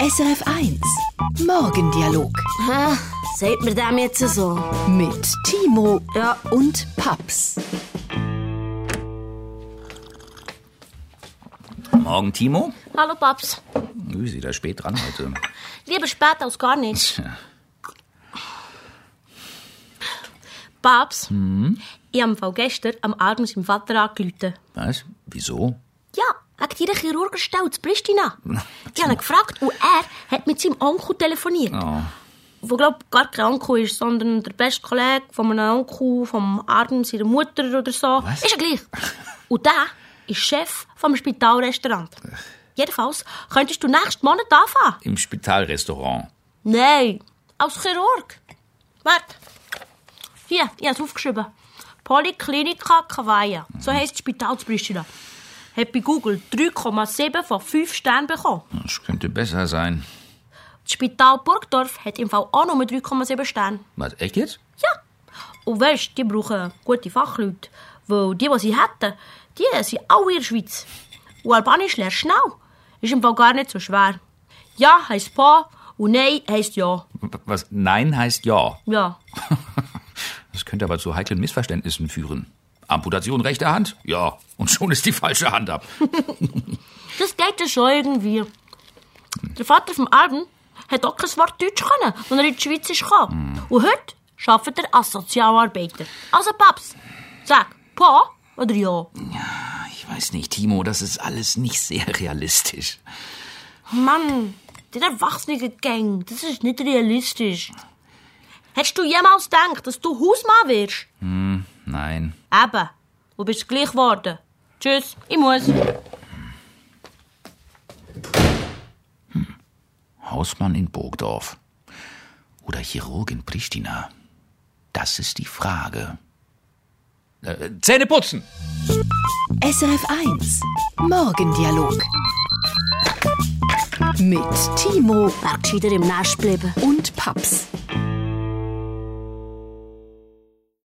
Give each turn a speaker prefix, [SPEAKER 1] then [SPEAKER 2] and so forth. [SPEAKER 1] SRF 1 Morgendialog
[SPEAKER 2] Ah, sagt mir dem jetzt so?
[SPEAKER 1] mit Timo
[SPEAKER 2] Ja.
[SPEAKER 1] und Paps.
[SPEAKER 3] Morgen, Timo.
[SPEAKER 2] Hallo, Paps.
[SPEAKER 3] Ui, Sie da spät dran heute.
[SPEAKER 2] Lieber spät als gar nicht.
[SPEAKER 3] Tja.
[SPEAKER 2] Paps, ich habe im Fall gestern am Abend seinem Vater angerufen.
[SPEAKER 3] Was? Wieso?
[SPEAKER 2] Ja, wegen deiner Chirurgenstelle in Pristina. Ich habe ihn gefragt und er hat mit seinem Onkel telefoniert.
[SPEAKER 3] Oh,
[SPEAKER 2] Wo, glaub gar kein Onkel ist, sondern der beste Kollege von meinem Onkel, vom Arden, seiner Mutter oder so.
[SPEAKER 3] Was?
[SPEAKER 2] Ist ja gleich. Und der ist Chef vom Spitalrestaurant. Jedenfalls könntest du nächsten Monat anfangen.
[SPEAKER 3] im Spitalrestaurant.
[SPEAKER 2] Nein, als Chirurg. Warte. Hier, ich habe es aufgeschrieben. Poliklinika Kawaja. So heisst das Spital zu Pristina. Hat bei Google 3,7 von 5 Sternen bekommen.
[SPEAKER 3] Das könnte besser sein.
[SPEAKER 2] Das Spital Burgdorf hat im Fall auch nur 3,7 Sterne.
[SPEAKER 3] Was, echt jetzt?
[SPEAKER 2] Ja. Und weißt du, die brauchen gute Fachleute. Weil die, die sie hätten, die sind alle in der Schweiz. Und Albanisch lernst du schnell. Ist im Fall gar nicht so schwer. Ja heisst Pa und Nein heisst Ja.
[SPEAKER 3] Was? Nein heißt ja.
[SPEAKER 2] Ja.
[SPEAKER 3] Das könnte aber zu heiklen Missverständnissen führen. Amputation rechter Hand? Ja. Und schon ist die falsche Hand ab.
[SPEAKER 2] Das geht ja schon irgendwie. Der Vater vom Alben hat auch kein Wort Deutsch können, als er in die Schweiz kam. Und heute arbeitet er als Sozialarbeiter. Also, Paps, sag Pa oder Ja.
[SPEAKER 3] Ich weiß nicht, Timo, das ist alles nicht sehr realistisch.
[SPEAKER 2] Mann, der Erwachsene-Gang, das ist nicht realistisch. Hättest du jemals gedacht, dass du Hausmann wirst?
[SPEAKER 3] Nein.
[SPEAKER 2] Eben, du bist gleich geworden. Tschüss, ich muss.
[SPEAKER 3] Hausmann in Burgdorf. Oder Chirurg in Pristina. Das ist die Frage. Äh, Zähne putzen!
[SPEAKER 1] SRF 1 Morgendialog mit Timo
[SPEAKER 2] Wärst wieder im Nest bleiben.
[SPEAKER 1] und Paps.